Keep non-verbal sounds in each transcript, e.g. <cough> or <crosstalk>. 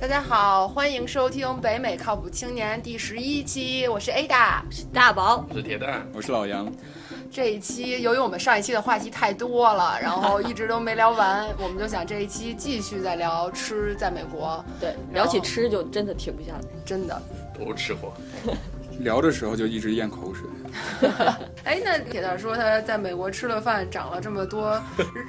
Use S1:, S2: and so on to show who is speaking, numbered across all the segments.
S1: 大家好，欢迎收听《北美靠谱青年》第十一期，我是 Ada。
S2: 大宝，
S3: 我是铁蛋，
S4: 我是老杨，
S1: 这一期由于我们上一期的话题太多了，然后一直都没聊完，我们就想这一期继续再聊吃在美国，
S2: 对，
S1: 然
S2: 聊
S1: 后
S2: 起吃就真的停不下来。
S1: 真的。
S3: 都吃货。
S4: 聊的时候就一直咽口水。
S1: 哎，那铁蛋说他在美国吃了饭，长了这么多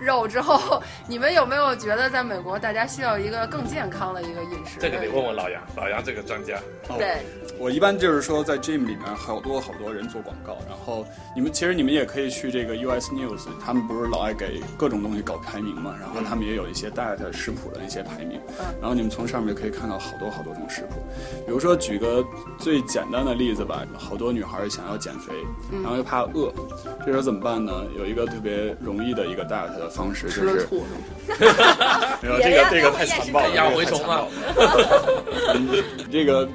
S1: 肉之后，你们有没有觉得在美国大家需要一个更健康的一个饮食？
S3: 这个得问问老杨，老杨这个专家。
S4: 哦
S2: 对，
S4: 我一般就是说，在 gym 里面好多好多人做广告，然后你们其实你们也可以去这个 US News，他们不是老爱给各种东西搞排名嘛，然后他们也有一些 diet 食谱的那些排名，
S1: 嗯
S4: 然后你们从上面可以看到好多好多种食谱，比如说举个最简单的例子吧，好多女孩想要减肥，
S1: 嗯
S4: 然后又怕饿，这时候怎么办呢？有一个特别容易的一个 diet 的方式，就
S1: 吃了
S4: 是
S1: 吐，
S4: 没有这个这
S2: 别让
S4: 个
S2: 我
S4: 太
S2: 也是
S4: 残暴了，
S3: 养
S4: 这个
S3: 蛔
S4: 太
S3: 虫
S4: 残
S3: 吗
S4: 暴了？这个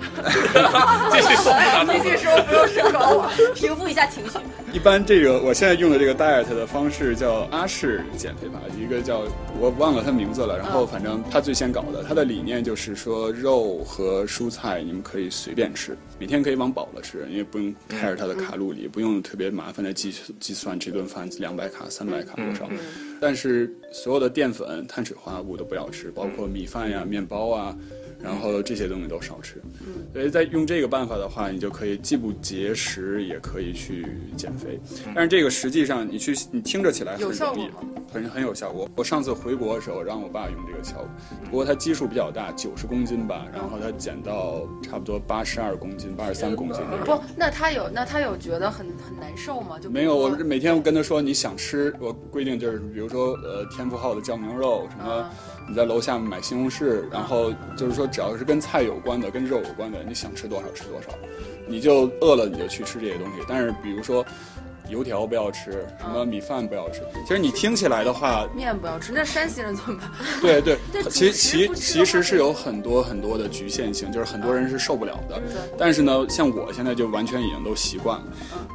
S3: 继续说，
S2: 继续说，不用说
S1: 啊
S2: 我，平复一下 <laughs> 情绪。
S4: 一般这个我现在用的这个 diet 的方式叫阿式减肥法，一个叫我忘了它名字了。然后反正他最先搞的，他的理念就是说肉和蔬菜你们可以随便吃，每天可以往饱了吃，因为不用 care 它的卡路里，不用特别麻烦的计计算这顿饭两百卡、三百卡多少。但是所有的淀粉、碳水化合物都不要吃，包括米饭呀、面包啊，然后这些东西都少吃。所以在用这个办法的话，你就可以既不节食，也可以去减肥。但是这个实际上，你去你听着起来很
S1: 嗯有效
S4: 容
S1: 果
S4: 易
S1: 吗，
S4: 很很有效果。我上次回国的时候，让我爸用这个效果，
S1: 嗯
S4: 不过他基数比较大，九十公斤吧，然后他减到差不多八十二公斤、八十三公斤那种。
S1: 不，那他有那他有觉得很很难受吗？就比
S4: 没
S1: 如
S4: 有，
S1: 说
S4: 我每天我跟他说你想吃，我规定就是，比如说呃天福号的酱牛肉，什么
S1: 啊
S4: 你在楼下买西红柿，然后就是说只要是跟菜有关的、跟肉有关的，你想吃多少吃多少，你就饿了你就去吃这些东西。但是比如说油条不要吃，什么米饭不要吃。其实你听起来的话，
S1: 面不要吃，那山西人怎么 <laughs> 办？
S4: 对对
S2: 对，主
S4: 其
S2: 食不
S4: 其
S2: 吃的
S4: 其
S2: 话
S4: 实是有很多很多的局限性，就是很多人是受不了的。
S1: 对
S4: 但是呢，像我现在就完全已经都习惯了。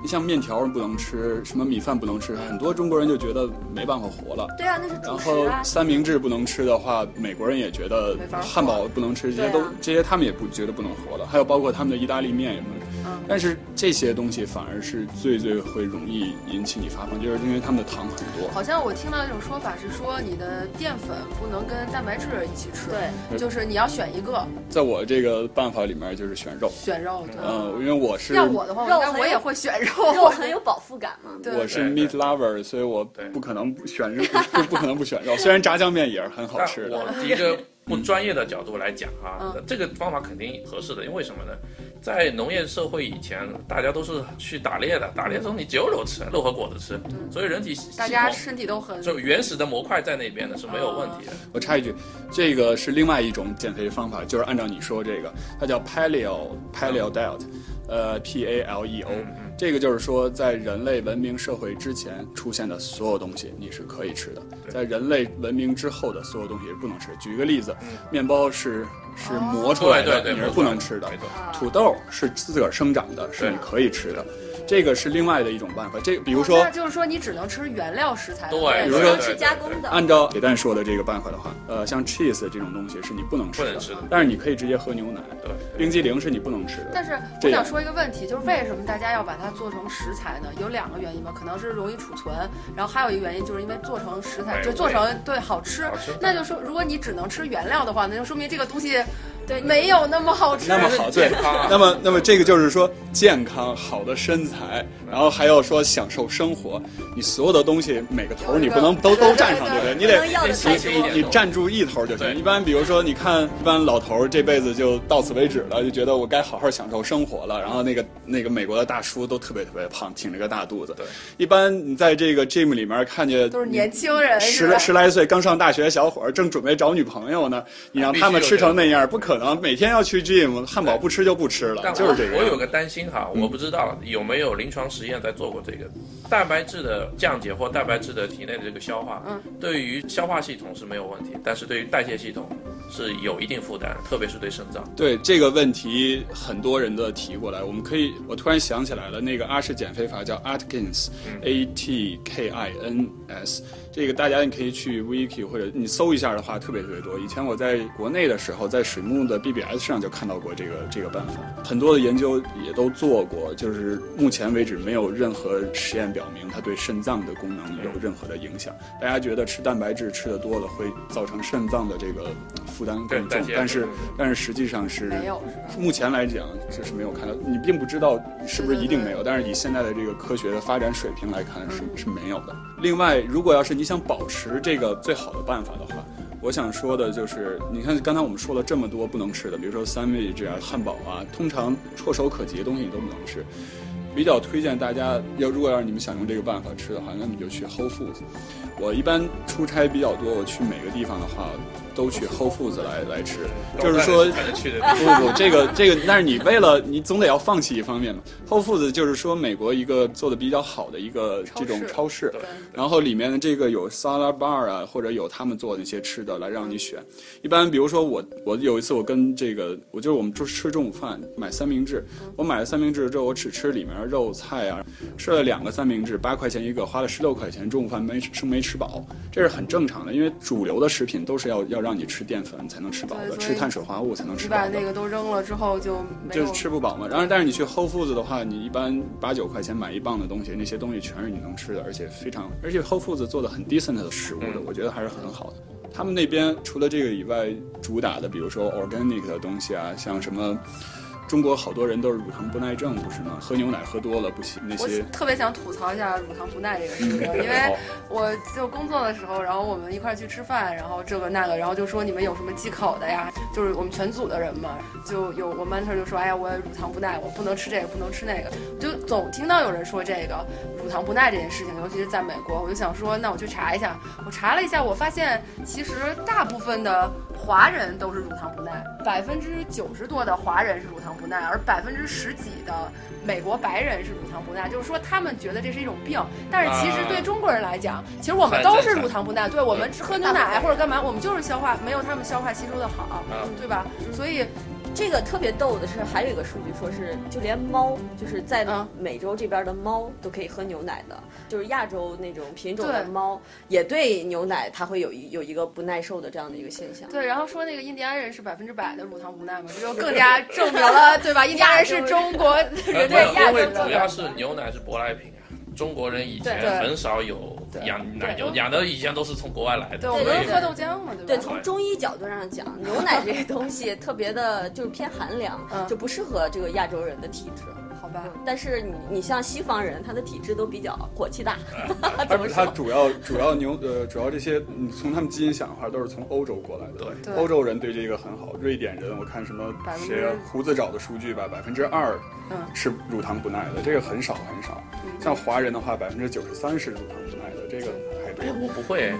S4: 你像面条不能吃，什么米饭不能吃，很多中国人就觉得没办法活了。
S2: 对啊，那是
S4: 然
S2: 主
S4: 后
S2: 食啊。
S4: 三明治不能吃的话，美国人也觉得
S1: 没法活
S4: 汉堡不能吃，这些都、
S2: 对啊
S4: 这些他们也不觉得不能活了。还有包括他们的意大利面也不能吃。
S1: 嗯
S4: 但是这些东西反而是最最会容易引起你发胖，就是因为他们的糖很多。
S1: 好像我听到一种说法是说，你的淀粉不能跟蛋白质一起吃，
S2: 对
S1: 就是你要选一个
S4: 在我这个办法里面就是选肉，
S1: 选肉，对。
S4: 嗯、因为我是
S1: 哦要我的话，我应
S2: 肉
S1: 该
S2: 很
S1: 我
S2: 有
S1: 也会选肉，啊
S2: 肉很有饱腹感嘛。
S1: 对
S4: 我是 meat
S3: 对
S4: lover，所以我不可能不选肉，不不可能不选
S1: <laughs>
S4: 肉。虽然炸酱面也是很好
S3: 但
S4: 吃的，
S3: 我一个不专业的角度来讲啊
S1: 嗯，
S3: 这个方法肯定合适的，因为什么呢？在农业社会以前，大家都是去打猎的，打猎的时候你只有肉吃，肉和果子吃，所以人体系
S1: 嗯大家
S3: 统
S1: 身体都
S4: <laughs>
S1: 很
S3: 就原始的模块在那边的是没有问题的。
S4: 我插一句，这个是另外一种减肥方法，就是按照你说这个，它叫 paleo paleo diet，呃，P A L E O，、这
S3: 嗯
S4: 个就是说在人类文明社会之前出现的所有东西你是可以吃的，在人类文明之后的所有东西是不能吃。举个例子，面包是是磨出来的，
S3: 嗯哦对对对
S4: 你是不能吃的
S3: 没错。
S1: 啊
S4: 土豆是自个儿生长的，是你
S3: 对
S4: 可以吃的。这个是另外的一种办法，这比如说。
S1: 那就是说你只能吃原料食材的，
S3: 对，
S4: 比
S2: 不
S4: 如
S2: 能
S4: 说
S2: 吃加工的。
S4: 按照铁蛋说的这个办法的话，呃，像 cheese 这种东西是你不能吃
S3: 不
S4: 的，
S3: 能吃的
S4: 但是你可以直接喝牛奶。
S3: 对对
S4: 冰激凌是你不能吃的。
S1: 但是我
S4: 这
S1: 想
S4: 样
S1: 说一个问题，就是为什么大家要把它做成食材呢？有两个原因吧，可能是容易储存，然后还有一个原因就是因为做成食材，
S4: 哎
S3: 美
S1: 就
S3: 味
S1: 做成对好吃
S3: 好吃。
S1: 那就说，如果你只能吃原料的话，那就说明这个东西
S2: 对你
S1: 没有那么好吃。
S4: 那么好，对
S3: 健康啊，
S4: 那么那么这个就是说健康、好的身材，然后还要说享受生活，你所有的东西每个头儿你不能都
S1: 对对对
S4: 都占上，对不对？你
S2: 不能
S4: 得。
S2: 要的太
S3: 你
S2: 多。
S4: 你站住一头就行。
S3: 对
S4: 一般比如说，你看一般老头儿这辈子就到此为止了，就觉得我该好好享受生活了。然后那个那个美国的大叔都特别特别胖，挺着个大肚子。
S3: 对，
S4: 一般你在这个 gym 里面看见
S1: 都是年轻人，是吧
S4: 十十来岁刚上大学小伙儿，正准备找女朋友呢，你让他们吃成那样，不可能。每天要去 gym，汉堡不吃就不
S1: 啊
S4: 吃了，
S3: 但
S4: 就是这个
S3: 我
S4: 样
S3: 有个担心哈，
S1: 嗯
S3: 我不知道有没有临床实验在做过这个蛋白质的降解
S1: 嗯
S3: 或蛋白质的体内的这个消化，对于消化系统是没有问题，但是对于代谢系统是有一定负担，特别是对肾脏。
S4: 对这个问题，很多人都提过来。我们可以，我突然想起来了，那个阿氏减肥法叫 Atkins，A T K I N S。这个大家你可以去 Wiki 或者你搜一下的话，特别特别多。以前我在国内的时候，在水木的 BBS 上就看到过这个这个办法，很多的研究也都做过，就是目前为止没有任何实验表明它对肾脏的功能有任何的影响。大家觉得吃蛋白质吃的多了会造成肾脏的这个负担更
S3: 对代
S4: 重
S3: 谢，嗯
S4: 但是但是实际上是
S1: 没有是吧
S4: 目前来讲，这是没有看到，你并不知道是不是一定没有，
S1: 对对
S4: 但是以现在的这个科学的发展水平来看，是是没有的。另外，如果要是你想保持这个最好的办法的话，我想说的就是，你看刚才我们说了这么多不能吃的，比如说三明治啊、汉堡啊，通常唾手可及的东西你都不能吃。比较推荐大家要，如果要是你们想用这个办法吃的话，那你就去 Whole Foods。我一般出差比较多，我去每个地方的话，都去 Whole Foods 来来吃。就是说，
S3: 才能去
S1: <laughs>
S3: 的地方。
S4: 不不，不，这个这个，但是你为了你总得要放弃一方面嘛。Whole Foods 就是说美国一个做的比较好的一个
S1: 超
S4: 这
S1: 市
S4: 种超市，
S3: 对
S4: 然后里面的这个有 salad bar 啊，或者有他们做的那些吃的来让你选。一般比如说我我有一次我跟这个我就是我们就是吃中午饭买三明治，我买了三明治之后我只吃里面的肉菜啊，吃了两个三明治八块钱一个，花了十六块钱，中午饭没吃没吃饱，这是很正常的，因为主流的食品都是要要让你吃淀粉才能吃饱的，
S1: 对所以
S4: 吃碳水化合物才能吃
S1: 你
S4: 饱
S1: 把
S4: 的。
S1: 那个都扔了之后就没
S4: 就
S1: 有
S4: 是吃不饱嘛。然后，但是你去 Whole Foods 的话，你一般八九块钱买一磅的东西，那些东西全是你能吃的，而且非常，而且 Whole Foods 做的很 decent 的食物的，
S3: 嗯
S4: 我觉得还是很好的。他们那边除了这个以外，主打的比如说 organic 的东西啊，像什么。中国好多人都是乳糖不耐症，不是吗？喝牛奶喝多了不嗯行，那
S1: 我
S4: 些
S1: 特别想吐槽一下乳糖不耐这个事情，因 <laughs> 为
S3: 好
S1: 我就工作的时候，然后我们一块儿去吃饭，然后这个那个，然后就说你们有什么忌口的呀？就是我们全组的人嘛，就有我 mentor 就说，哎呀，我乳糖不耐，我不能吃这个，不能吃那个，就总听到有人说这个乳糖不耐这件事情，尤其是在美国，我就想说，那我去查一下。我查了一下，我发现其实大部分的华人都是乳糖不耐，百分之九十多的华人是乳糖不耐，而百分之十几的美国白人是乳糖不耐，就是说他们觉得这是一种病，但是其实
S3: 啊
S1: 对中国人来讲，其实我们都是乳糖不耐，对我们吃喝牛奶或者干嘛，我们就是消化没有他们消化吸收的好
S3: 啊，
S1: 对吧？所以
S2: 这个特别逗的是，还有一个数据说是，就连猫，就是在
S1: 嗯
S2: 美洲这边的猫都可以喝牛奶的，就是亚洲那种品种的
S1: 对
S2: 猫也对牛奶它会有一有一个不耐受的这样的一个现象。
S1: 对，然后说那个印第安人是百分之百的乳糖不耐嘛，这就更加证明了，对吧？印第安人是中国人
S3: 呃对
S1: 类，亚
S3: 因为
S1: 洲
S3: 主
S1: 的
S3: 要是牛奶是舶来品啊，中国人以前
S1: 对对
S3: 很少有养奶牛，
S1: 对
S3: 养的以前都是从国外来的。
S1: 对，我
S3: 所
S1: 们
S3: 以
S1: 喝豆浆嘛，对
S2: 对，
S1: 吧？
S2: 从中医角度上讲，牛奶这个东西特别的，就是偏寒凉，
S1: 嗯
S2: 就不适合这个亚洲人的体质。
S1: 好吧，
S2: 但是你你像西方人，他的体质都比较火气大， <laughs>
S4: 它
S2: 怎么
S4: 它
S2: 说？
S4: 主要主要牛呃主要这些，你从他们基因想的话，都是从欧洲过来的。
S1: 对
S3: 对
S4: 欧洲人对这个很好。瑞典人，我看什么
S1: 百分之
S4: 谁啊胡子找的数据吧，百分之二
S1: 嗯
S4: 是乳糖不耐的，这个很少很少。像华人的话，百分之九十三是乳糖不耐的，这个还
S3: 哎，我
S4: 多。
S3: 不
S1: <laughs>
S3: 会，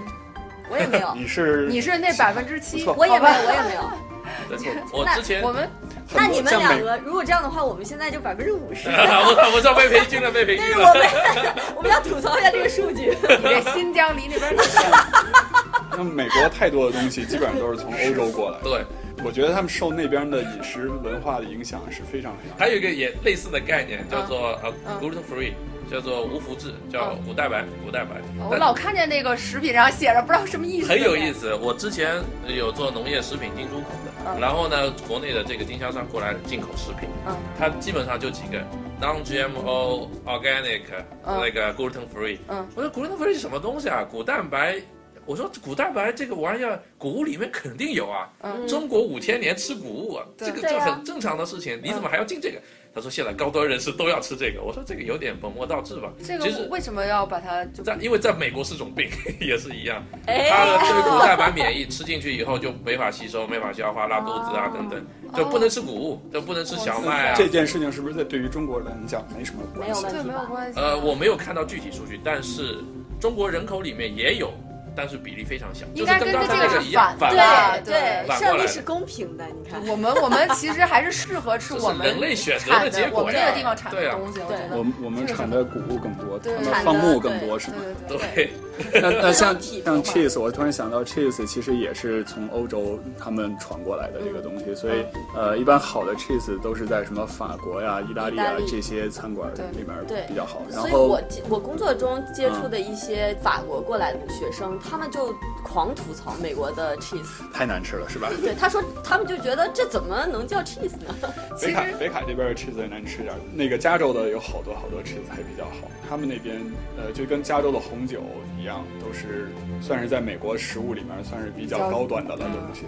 S2: 我也没有，
S4: 你是
S1: 你是那百分之七，
S4: 不错
S2: 我也没有，
S1: 好吧
S2: 我也没 <laughs> 有。
S3: 对我
S2: 那
S3: 之前 <laughs>
S1: 我们
S4: 很多
S2: 那你们
S4: 像美
S2: 两个如果这样的话，我们现在就百分之五
S3: 哎
S2: 十。
S3: 我我知道被培训了，被培
S2: 但
S1: <laughs>
S3: 训
S2: 是我
S3: 了。
S2: 们 <laughs> 我们要吐槽一下这个数据。
S1: 你这新疆离那边远，
S4: 像美国太多的东西，基本上都是从欧洲过来的。
S3: 对，
S4: 我觉得他们受那边的饮食文化的影响是非常非常。
S3: 还有一个也类似的概念叫做呃
S1: 嗯
S3: gluten free，叫做无麸质，叫
S1: 嗯
S3: 无蛋白，无蛋白。
S1: 我
S3: 但
S1: 老看见那个食品上写着不知道什么意思，
S3: 很有意
S1: 思。
S3: 思。我之前有做农业食品进出口的，然后呢，国内的这个经销商过来进口食品
S1: 嗯，
S3: 它基本上就几个 non-GMO、organic、
S1: 嗯
S3: 那个 gluten free。
S1: 嗯，
S3: 我说 gluten free 是什么东西啊？谷蛋白。我说谷蛋白这个玩意儿，谷物里面肯定有啊。
S1: 嗯
S3: 中国五千年吃谷物、啊，
S1: 对嗯
S3: 这个
S2: 对
S3: 这
S2: 啊
S3: 很正常的事情，你怎么还要进这个？他说现在高端人士都要吃这个。我说这个有点本末倒置吧。
S1: 这
S3: 其实
S1: 个为什么要把它就
S3: 在因为在美国是种病， <laughs> 也是一样。它的
S2: 哎，
S3: 对谷蛋白免疫，吃进去以后就没法吸收、没法消化，拉肚子
S1: 哦
S3: 啊等等，就不能吃谷物，就不能吃小麦啊
S4: 这。件事情是不是在对于中国人讲没什么关系？
S2: 没有
S1: 对
S2: 问题
S3: 呃
S1: 没有
S2: 吧？
S1: 关系？
S3: 呃，我没有看到具体数据，但是中国人口里面也有但是比例非常小，
S1: 应
S3: 就
S1: 该
S3: 是
S1: 跟
S3: 跟
S1: 这
S3: 刚才那
S1: 个
S3: 个
S1: 是
S3: 一样，
S1: 反
S3: 反
S1: 的
S3: 来
S2: 对
S3: 的啊
S2: 对，
S3: 反过
S2: 上帝
S3: 来
S2: 是公平的，你看。
S1: 我们我们其实还是适合吃
S3: 这
S1: 我
S3: 是
S1: 们
S3: 人类选择
S1: 产
S3: 结
S1: 的，我
S3: 果
S1: 们这个
S3: 呀
S1: 地方产
S3: 对
S1: 的
S3: 啊，
S1: 东西，我觉得
S4: 我 <laughs> 们我们产的谷物更多，
S1: 对
S4: 他们
S2: 产的
S4: 放牧更多是
S1: 对
S4: 吗？
S1: 对对。
S3: 对，啊
S4: 那那像
S2: 整体的
S4: 像
S2: 话
S4: cheese，我突然想到 cheese 其实也是从欧洲他们传过来的这个东
S2: 嗯
S4: 西，所以呃，一般好的 cheese 都是在什么法国呀、意大利
S2: 意
S4: 啊
S2: 大利
S4: 这些餐馆里
S2: 对
S4: 面
S2: 对
S4: 比较好。然
S2: 所以
S4: 后嗯
S2: 我接我工作中接触的一些法国过来的学生，他们就狂吐槽美国的 cheese。
S4: 太难吃了是吧？
S2: 对，他说他们就觉得这怎么能叫 cheese 呢？ <laughs>
S1: 其
S4: 北卡
S1: 实
S4: 北卡这边的 cheese 也难吃点儿，那个加州的有好多好多 cheese 还比较好，他们那边呃就跟加州的红酒一样，都是算是在美国食物里面算是比较高端的了
S1: 嗯
S4: 东西。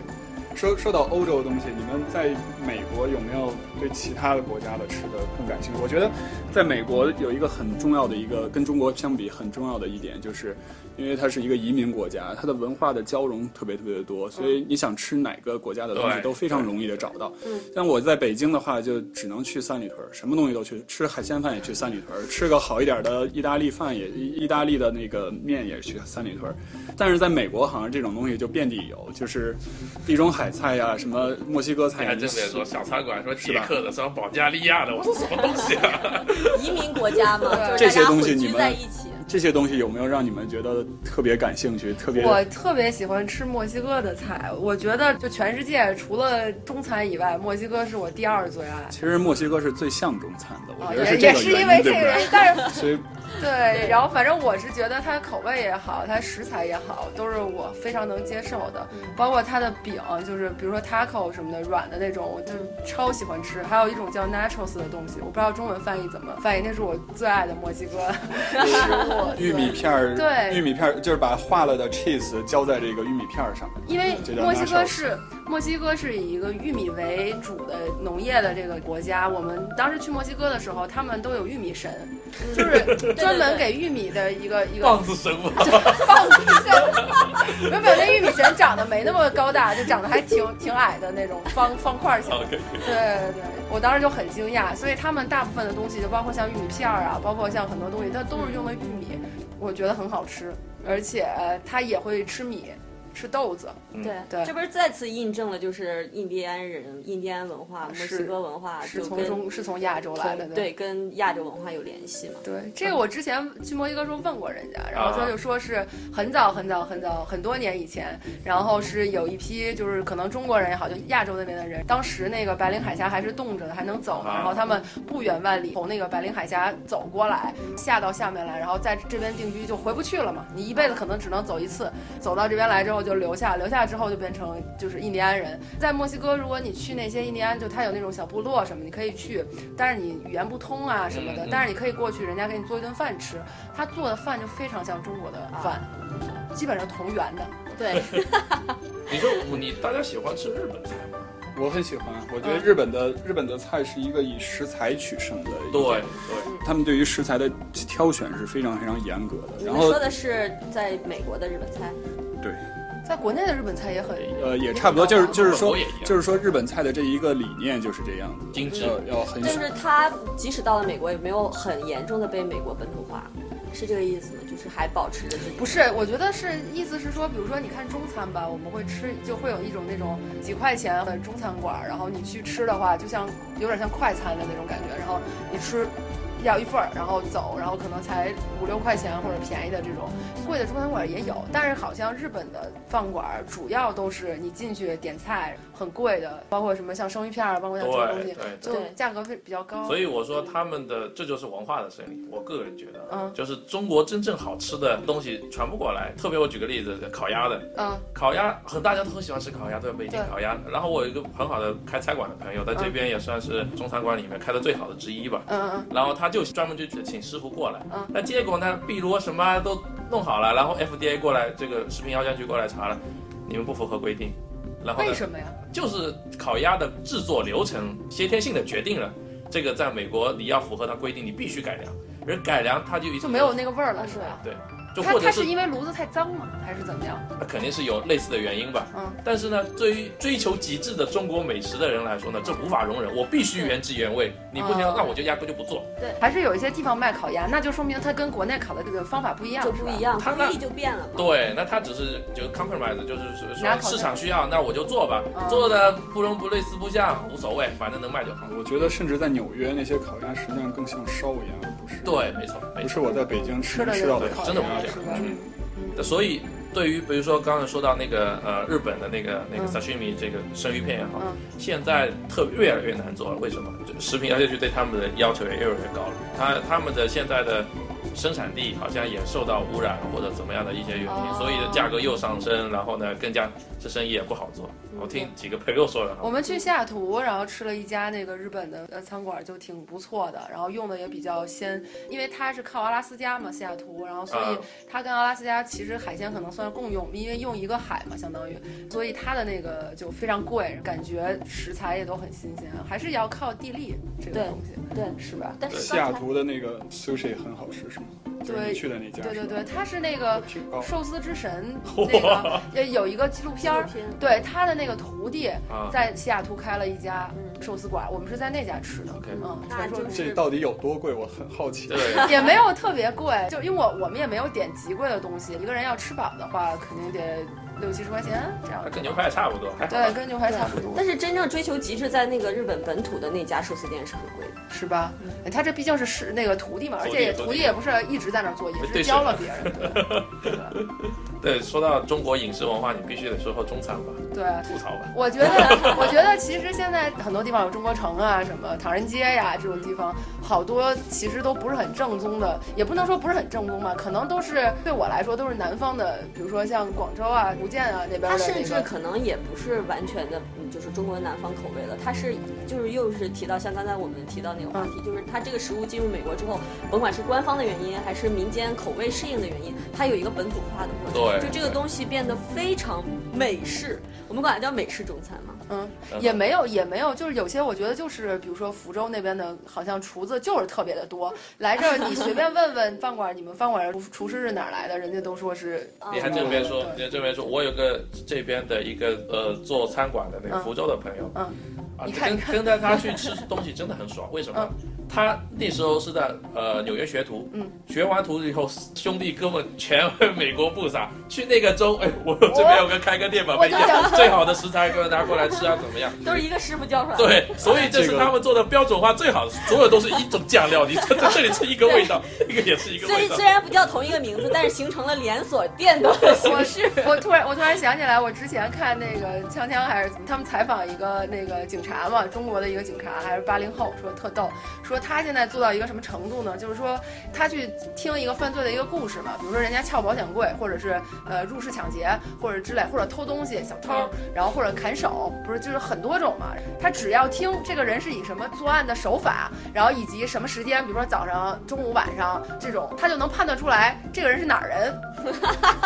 S4: 说说到欧洲的东西，你们在美国有没有对其他的国家的吃的更感兴趣？我觉得在美国有一个很重要的一个跟中国相比很重要的一点，就是因为它是一个移民国家，它的文化的交融特别特别的多，所以你想吃哪个国家的东西
S3: 对
S4: 都非常容易的找到。像我在北京的话，就只能去三里屯儿，什么东西都去，吃海鲜饭也去三里屯儿，吃个好一点的意大利饭也，意大利的那个面也去三里屯儿。但是在美国，好像这种东西就遍地有，就是地中海菜呀、什么墨西哥菜
S3: 你
S4: 呀、
S3: 看这边说小餐馆，说
S4: 是
S3: 捷
S4: 吧
S3: 克的，说保加利亚的，我说什么东
S1: <laughs>
S3: 西啊？
S2: 移民国家嘛，就是
S4: 这
S2: 大
S4: 些
S2: 家
S4: 东
S2: 混
S4: 西你
S2: 居
S4: 们
S2: 在一起。
S4: 这些东西有没有让你们觉得特别感兴趣？特别
S1: 我特别喜欢吃墨西哥的菜，我觉得就全世界除了中餐以外，墨西哥是我第二最爱。
S4: 其实墨西哥是最像中餐的，我
S1: 哦，
S4: 觉得
S1: 也
S4: 这
S1: 也
S4: 个
S1: 是因
S4: 原
S1: 为
S4: 因，
S1: 这
S4: 对
S1: 个
S4: 不
S1: 原
S4: 对
S1: 因，？但是 <laughs>
S4: 所以 <laughs>
S1: 对，然后反正我是觉得它的口味也好，它食材也好，都是我非常能接受的。包括它的饼，就是比如说 taco 什么的，软的那种，我就超喜欢吃。还有一种叫 nachos 的东西，我不知道中文翻译怎么翻译，那是我最爱的墨西哥 <laughs> 食物。
S4: 玉米片儿，
S1: 对
S4: 玉米片儿就是把化了的 cheese 浇在这个玉米片儿上面。
S1: 因为
S4: 这叫
S1: 墨西
S4: nachos
S1: 哥是墨西哥是以一个玉米为主的农业的这个国家。我们当时去墨西哥的时候，他们都有玉米神，
S3: 嗯
S1: 就是专门给玉米的一个一个
S3: 棒子生物，
S1: 棒子神，没有没有，那玉米神长得没那么高大，就长得还挺挺矮的那种方方块
S4: 啊
S1: 型。
S3: OK，
S1: 对对对，我当时就很惊讶，所以他们大部分的东西，就包括像玉米片儿啊，包括像很多东西，它都是用
S3: 嗯
S1: 的玉米，我觉得很好吃，而且呃它也会吃米，吃豆子。
S3: 嗯
S2: 对
S1: 对
S2: 这不是再次印证了，就是印第安人、印第安文化、墨
S1: 是
S2: 西哥文化
S1: 是
S2: 啊就
S1: 从
S2: 跟
S1: 中是从亚洲来的，
S2: 对嗯跟亚洲文化有联系嘛？
S1: 对，这个我之前去墨西哥时候问过人家，然后他
S3: 啊
S1: 就说是很早很早很早很多年以前，然后是有一批就是可能中国人也好，就亚洲那边的人，当时那个白令海峡还是冻着的，还能走呢，
S3: 啊
S1: 然后他们不远万里从那个白令海峡走过来，下到下面来，然后在这边定居就回不去了嘛，你一辈子可能只能走一次，走到这边来之后就留下，留下之后就变成就是印第安人。在墨西哥，如果你去那些印第安，就他有那种小部落什么，你可以去，但是你语言不通啊什么的
S3: 嗯，嗯
S1: 但是你可以过去，人家给你做一顿饭吃，他做的饭就非常像中国的饭，基本上同源的。 <laughs>
S2: 对，
S3: 你说你大家喜欢吃日本菜吗？
S4: 我很喜欢，我觉得日本的、日本的菜是一个以食材取胜的，
S3: 对，对，
S4: 他们对于食材的挑选是非常非常严格的。
S2: 你
S4: 然
S2: 们
S4: 后
S2: 说的是在美国的日本菜，
S4: 对，
S1: 在国内的日本菜也很，
S4: 呃，也差不多，
S1: 哦
S4: 就是就是
S3: 我
S4: 说
S3: 也一样
S4: 就是说日本菜的这一个理念就是这样子，
S3: 精致
S4: 要要
S1: 嗯
S4: 很
S2: 就是它即使到了美国，也没有很严重的被美国本土化，是这个意思吗？就是还保持着自己
S1: 不是，我觉得是意思是说，比如说你看中餐吧，我们会吃，就会有一种那种几块钱的中餐馆儿，然后你去吃的话，就像有点像快餐的那种感觉，然后你吃。要一份儿，然后走，然后可能才五六块钱或者便宜的这种，贵的中餐馆儿也有，但是好像日本的饭馆儿主要都是你进去点菜很贵的，包括什么像生鱼片儿，啊包括像这种东西
S3: 对对，
S1: 就
S2: 对
S1: 价格会比较高。
S3: 所以我说他们的这就是文化的胜利。我个人觉得，啊
S1: 嗯
S3: 就是中国真正好吃的东西传不过来。特别我举个例子，烤鸭的，
S1: 嗯，
S3: 烤鸭很大家都很喜欢吃烤鸭，对吧？北京
S1: 对
S3: 烤鸭。然后我有一个很好的开餐馆的朋友，在这边也算是中餐馆里面开的最好的之一吧。
S1: 嗯嗯
S3: 然后他就专门就请师傅过来
S1: 嗯，
S3: 那结果呢，碧螺什么都弄好了，然后 FDA 过来，这个食品药监局过来查了，你们不符合规定，然
S1: 嗯，
S3: 后呢
S1: 为，什么呀？
S3: 就是烤鸭的制作流程先天性的决定了，这个在美国你要符合它规定，你必须改良，而改良它就已经
S1: 就没有那个味儿了，是吧？
S3: 对，就
S1: 它
S3: 或者
S1: 它是因为炉子太脏吗？还是怎么样？
S3: 那肯定是有类似的原因吧。
S1: 嗯，
S3: 但是呢，对于追求极致的中国美食的人来说呢，这无法容忍，我必须原汁原味，你不行，
S1: 哦
S3: 那我就压根就不做。
S1: 还是有一些地方卖烤鸭，那就说明它跟国内烤的这个方法不一啊样，
S2: 就是不
S1: 吧
S2: 一样，
S3: 它
S2: 工艺就变了嘛。
S3: 对，那他只是就是 compromise，就是说
S1: 拿口袋
S3: 说市场需要，那我就做吧，
S1: 嗯
S3: 做的不融不类似不像，无所谓，反正能卖就好。
S4: 我觉得甚至在纽约那些烤鸭实际上更像烧一样，不是
S3: 对，没错，没
S4: 不
S3: 错。
S4: 是我在北京吃
S1: 吃的
S4: 吃到的
S1: 那
S4: 烤
S1: 种
S3: 真
S4: 鸭，
S3: 的不
S1: 烤
S3: 一
S1: 鸭
S3: 样
S1: 是吧？
S4: 嗯，
S3: 那所以对于比如说刚才说到那个呃日本的那个那个
S1: 嗯
S3: sashimi 这个生鱼片也好，
S1: 嗯
S3: 现在特别越来越难做了。为什么？就食品安全局对他们的要求也越来越高了。他他们的现在的生产地好像也受到污染或者怎么样的一些原因，
S1: 哦
S3: 所以价格又上升，然后呢更加这生意也不好做。我听几个朋友说的哈，
S1: 嗯我们去西雅图，然后吃了一家那个日本的呃餐馆，就挺不错的，然后用的也比较鲜，因为它是靠阿拉斯加嘛，西雅图，然后所以
S3: 啊
S1: 它跟阿拉斯加其实海鲜可能算是共用，因为用一个海嘛，相当于，所以它的那个就非常贵，感觉食材也都很新鲜，还是要靠地利这个
S2: 对
S1: 东西，
S2: 对，
S1: 是吧？
S2: 但是
S4: 西雅图的那个 sushi 很好吃，是吗？就是
S1: 对
S4: 你去的那家，
S3: 啊
S1: 对对
S4: 是吧
S1: 对，，它是那个
S4: 挺高。
S1: 寿司之神
S3: <laughs>
S1: 那个呃有一个纪录片
S2: 刚
S1: 儿
S2: 才，纪录片
S1: 对他的那个徒弟
S3: 啊
S1: 在西雅图开了一家
S2: 嗯
S1: 寿司馆，我们是在那家吃的。
S3: OK
S1: 嗯，
S2: 那
S1: 传说
S2: 就
S1: 中
S4: 这
S2: 是
S4: 到底有多贵？我很好奇。
S3: 对，
S1: 也没有特别贵，就因为我我们也没有点极贵的东西，一个人要吃饱的话，肯定得六七十块钱这样
S3: 那。跟牛排也差不多，还好吧
S1: 对，跟牛排差不多，
S2: 但是真正追求极致，在那个日本本土的那家寿司店是很贵的。
S1: 是吧？哎他这毕竟是是那个徒弟嘛，而
S3: 徒弟
S1: 且也
S3: 徒弟
S1: 徒弟也不是一直在那儿做，也
S3: 对
S1: 是教了别人。对对
S3: 对，说到中国饮食文化，你必须得说说中餐吧，
S1: 对，
S3: 吐槽吧。
S1: 我觉得， <laughs> 我觉得其实现在很多地方有中国城啊，什么唐人街呀、这种地方，好多其实都不是很正宗的，也不能说不是很正宗吧，可能都是对我来说都是南方的，比如说像广州啊、福建啊那边的、那
S2: 它
S1: 个。
S2: 甚至可能也不是完全的，嗯就是中国南方口味了。它是就是又是提到像刚才我们提到那个话
S1: 嗯
S2: 题，就是它这个食物进入美国之后，甭管是官方的原因还是民间口味适应的原因，它有一个本土化的过程，
S3: 对
S2: 就这个东西变得非常美式，我们管它叫美式中餐嘛。
S1: 嗯，
S3: 嗯
S1: 也没有，也没有，就是有些我觉得就是，比如说福州那边的，好像厨子就是特别的多。 <laughs> 来这儿你随便问问饭馆，你们饭馆厨厨师是哪儿来的，人家都说是
S2: 啊
S3: 你还
S1: 真
S3: 真别说，
S1: 对
S3: 你还真别说，我有个这边的一个呃做餐馆的那个
S1: 嗯
S3: 福州的朋友，
S1: 嗯
S3: 啊，
S1: 你看
S3: 跟跟着他去吃东西真的很爽，为什么？他那时候是在呃纽约学徒，
S1: 嗯，
S3: 学完徒以后，兄弟哥们全往美国布撒，去那个州，哎，我这边有个开个店吧，
S1: 我
S3: 把一
S1: 就想
S3: 样最好的食材给我拿过来吃啊，怎么样？
S2: 都是一个师傅教出来的。
S3: 对，所以这是他们做的标准化最好的，所有都是一种酱料，你 <laughs> 在在这里吃一个味道，那个也是一个
S2: 虽
S3: 味道
S2: 虽。然不叫同一个名字，但是形成了连锁店的形式。
S1: <laughs> 我突然我突然想起来，我之前看那个《锵锵》还是他们采访一个那个警察嘛，中国的一个警察还是八零后，说特逗，说他现在做到一个什么程度呢？就是说他去听一个犯罪的一个故事嘛，比如说人家撬保险柜，或者是呃入室抢劫，或者之类，或者偷东西小偷，然后或者砍手，不是就是很多种嘛。他只要听这个人是以什么作案的手法，然后以及什么时间，比如说早上、中午、晚上这种，他就能判断出来这个人是哪儿人。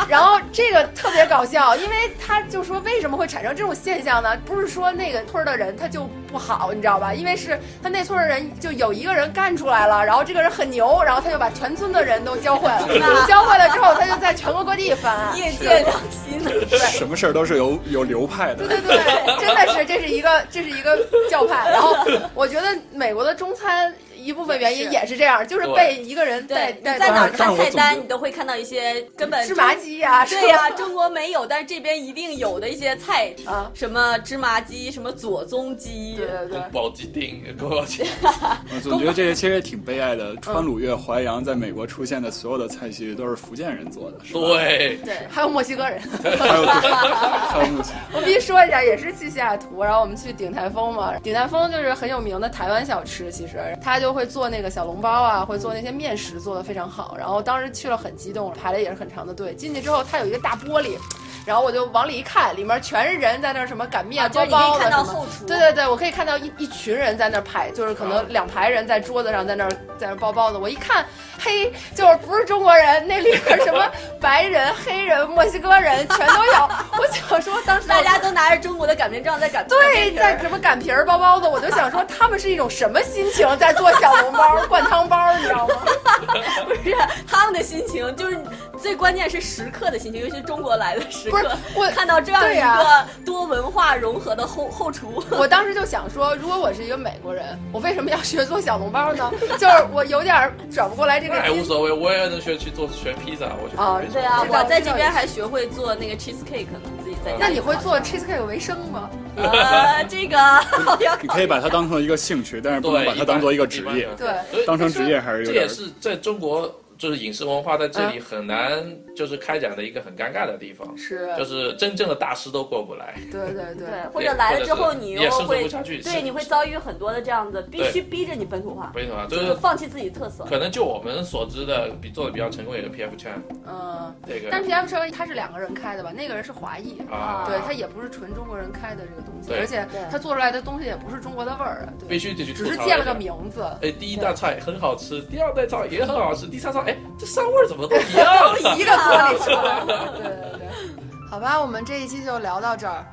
S1: 然后这个特别搞笑，因为他就说为什么会产生这种现象呢？不是说那个村儿的人他就不好，你知道吧？因为是他那村儿的人就有一个人干出来了，然后这个人很牛，然后他就把全村的人都教会了，教会了之后他就在全国各地翻
S2: <laughs>
S1: 案。
S2: 业界良心，
S1: <laughs>
S4: 什么事儿都是有有流派的
S1: 对。对对，真的是，这是一个这是一个教派。然
S2: <laughs>
S1: 后我觉得美国的中餐一部分原因也是这样，就是被一个人带
S2: 对，你
S1: 带
S2: 在哪儿看
S4: 但是我
S2: 菜
S4: 总觉
S2: 单，
S4: 得
S2: 你都会看到一些根本
S1: 芝麻啊
S2: 鸡。
S1: 鸡呀、是吧
S2: 对呀、中国没有，但是这边一定有的一些菜
S1: 啊
S2: 什么芝麻鸡，什么左宗鸡，
S1: 对对对。
S3: 宝鸡丁，宫保鸡丁，
S4: 我嗯总觉得这些其实也挺悲哀的。川鲁粤淮扬在美国出现的所有的菜系都是福建人做的，是吧？
S3: 对，
S2: 对
S1: 还有墨西哥人，
S4: 还有对，还有目前
S1: 我必须说一下，也是去西雅图，然后我们去鼎泰丰嘛。鼎泰丰就是很有名的台湾小吃，其实他就会做那个小笼包啊，会做那些面食，做的非常好。然后当时去了很激动，排了也是很长的队。进去之后，他有一个大玻璃，然后我就往里一看，里面全是人在那儿什么擀面、
S2: 啊就
S1: 包
S2: 是你可以
S1: 包的
S2: 看到
S1: 什么
S2: 后厨
S1: 对对对，我可以看到一一群人在那儿排，就是可能两排人在桌子上在那儿在那儿包包子。我一看，嘿，就是不是中国人，那里边什么白人、黑人、墨西哥人全都有。我想说，当时我
S2: 大家都拿着中国的擀面杖在擀
S1: 对，在什么擀皮儿、包包子，我就想说他们是一种什么心情在做小笼包、灌汤包，你知道吗？
S2: 不是他们的心情，就是最关键是食客的心情，尤其是中国来的食 <laughs>
S5: 不是
S2: 客，
S1: 我
S2: 看到这样
S1: 对
S2: 一
S1: 呀
S2: 个多文化融合的后后厨，
S1: 我当时就想说，如果我是一个美国人，我为什么要学做小笼包呢？就是我有点儿转不过来这
S3: 那还
S1: 个
S3: 哎无
S1: 劲。
S3: 所谓，我也能学去做学披萨，我觉得
S5: 哦
S3: 没什么
S2: 对啊，
S1: 知道
S2: 我在
S1: 知
S2: 这
S1: 道
S2: 边
S1: 也是
S2: 还学会做那个 cheesecake 呢，自己在家
S1: 那
S2: 里
S1: 你会
S2: 烤
S1: 做 cheesecake 为生吗？
S2: 呃，这个我要
S4: 你
S2: 考
S4: 可
S2: 虑
S4: 以把它当成一个兴趣，但是不能
S3: 对，
S4: 把它当做一个职业。
S3: 般
S1: 对，
S3: 所以
S4: 当成职业还是有
S3: 这
S4: 点
S3: 也是在中国就是饮食文化在这里
S2: 嗯
S3: 很难就是开展的一个很尴尬的地方，
S1: 是，
S3: 就是真正的大师都过不来，
S1: <laughs> 对对对。
S2: 对，或者来了之后你
S3: 也
S2: 又
S3: 生存
S2: 会
S3: 不下去，
S2: 对你会遭遇很多的这样的，必须逼着你本土化，
S3: 没什么，就
S2: 就是
S3: 是
S2: 放弃自己的特色。
S3: 可能就我们所知的比做的比较成功有个 PF Chan
S1: 嗯，
S3: 这个
S1: 但是 PF 车他是两个人开的吧？那个人是华裔，
S3: 啊，
S1: 对他也不是纯中国人开的这个东西，
S3: 对
S1: 而且
S2: 对
S1: 他做出来的东西也不是中国的味儿啊，
S3: 必
S1: 对，
S3: 须得去吐
S1: 只是
S3: 槽一下
S1: 借了个。名字。
S3: 哎，第一道菜很好吃，第二道菜也很好吃，第三道菜，哎，这三味儿怎么都一样？
S1: 一个锅里出来。 <laughs> 对对对，好吧，我们这一期就聊到这儿。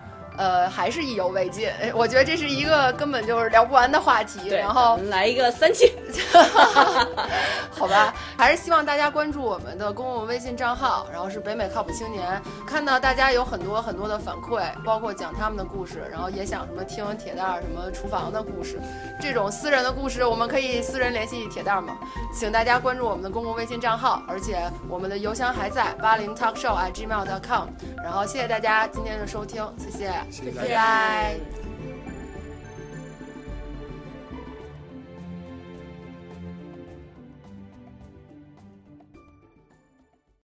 S1: 呃，还是意犹未尽，哎我觉得这是一个根本就是聊不完的话题。
S2: 对，
S1: 然后
S2: 我，们来一个三期，
S1: <laughs> 好吧，还是希望大家关注我们的公共微信账号，然后是北美靠谱青年。看到大家有很多很多的反馈，包括讲他们的故事，然后也想什么听铁蛋儿什么厨房的故事，这种私人的故事，我们可以私人联系铁蛋儿嘛。请大家关注我们的公共微信账号，而且我们的邮箱还在八零 talkshow at gmail.com。然后谢谢大家今天的收听，谢谢，
S4: 谢谢大
S1: 拜
S4: 家
S1: 拜。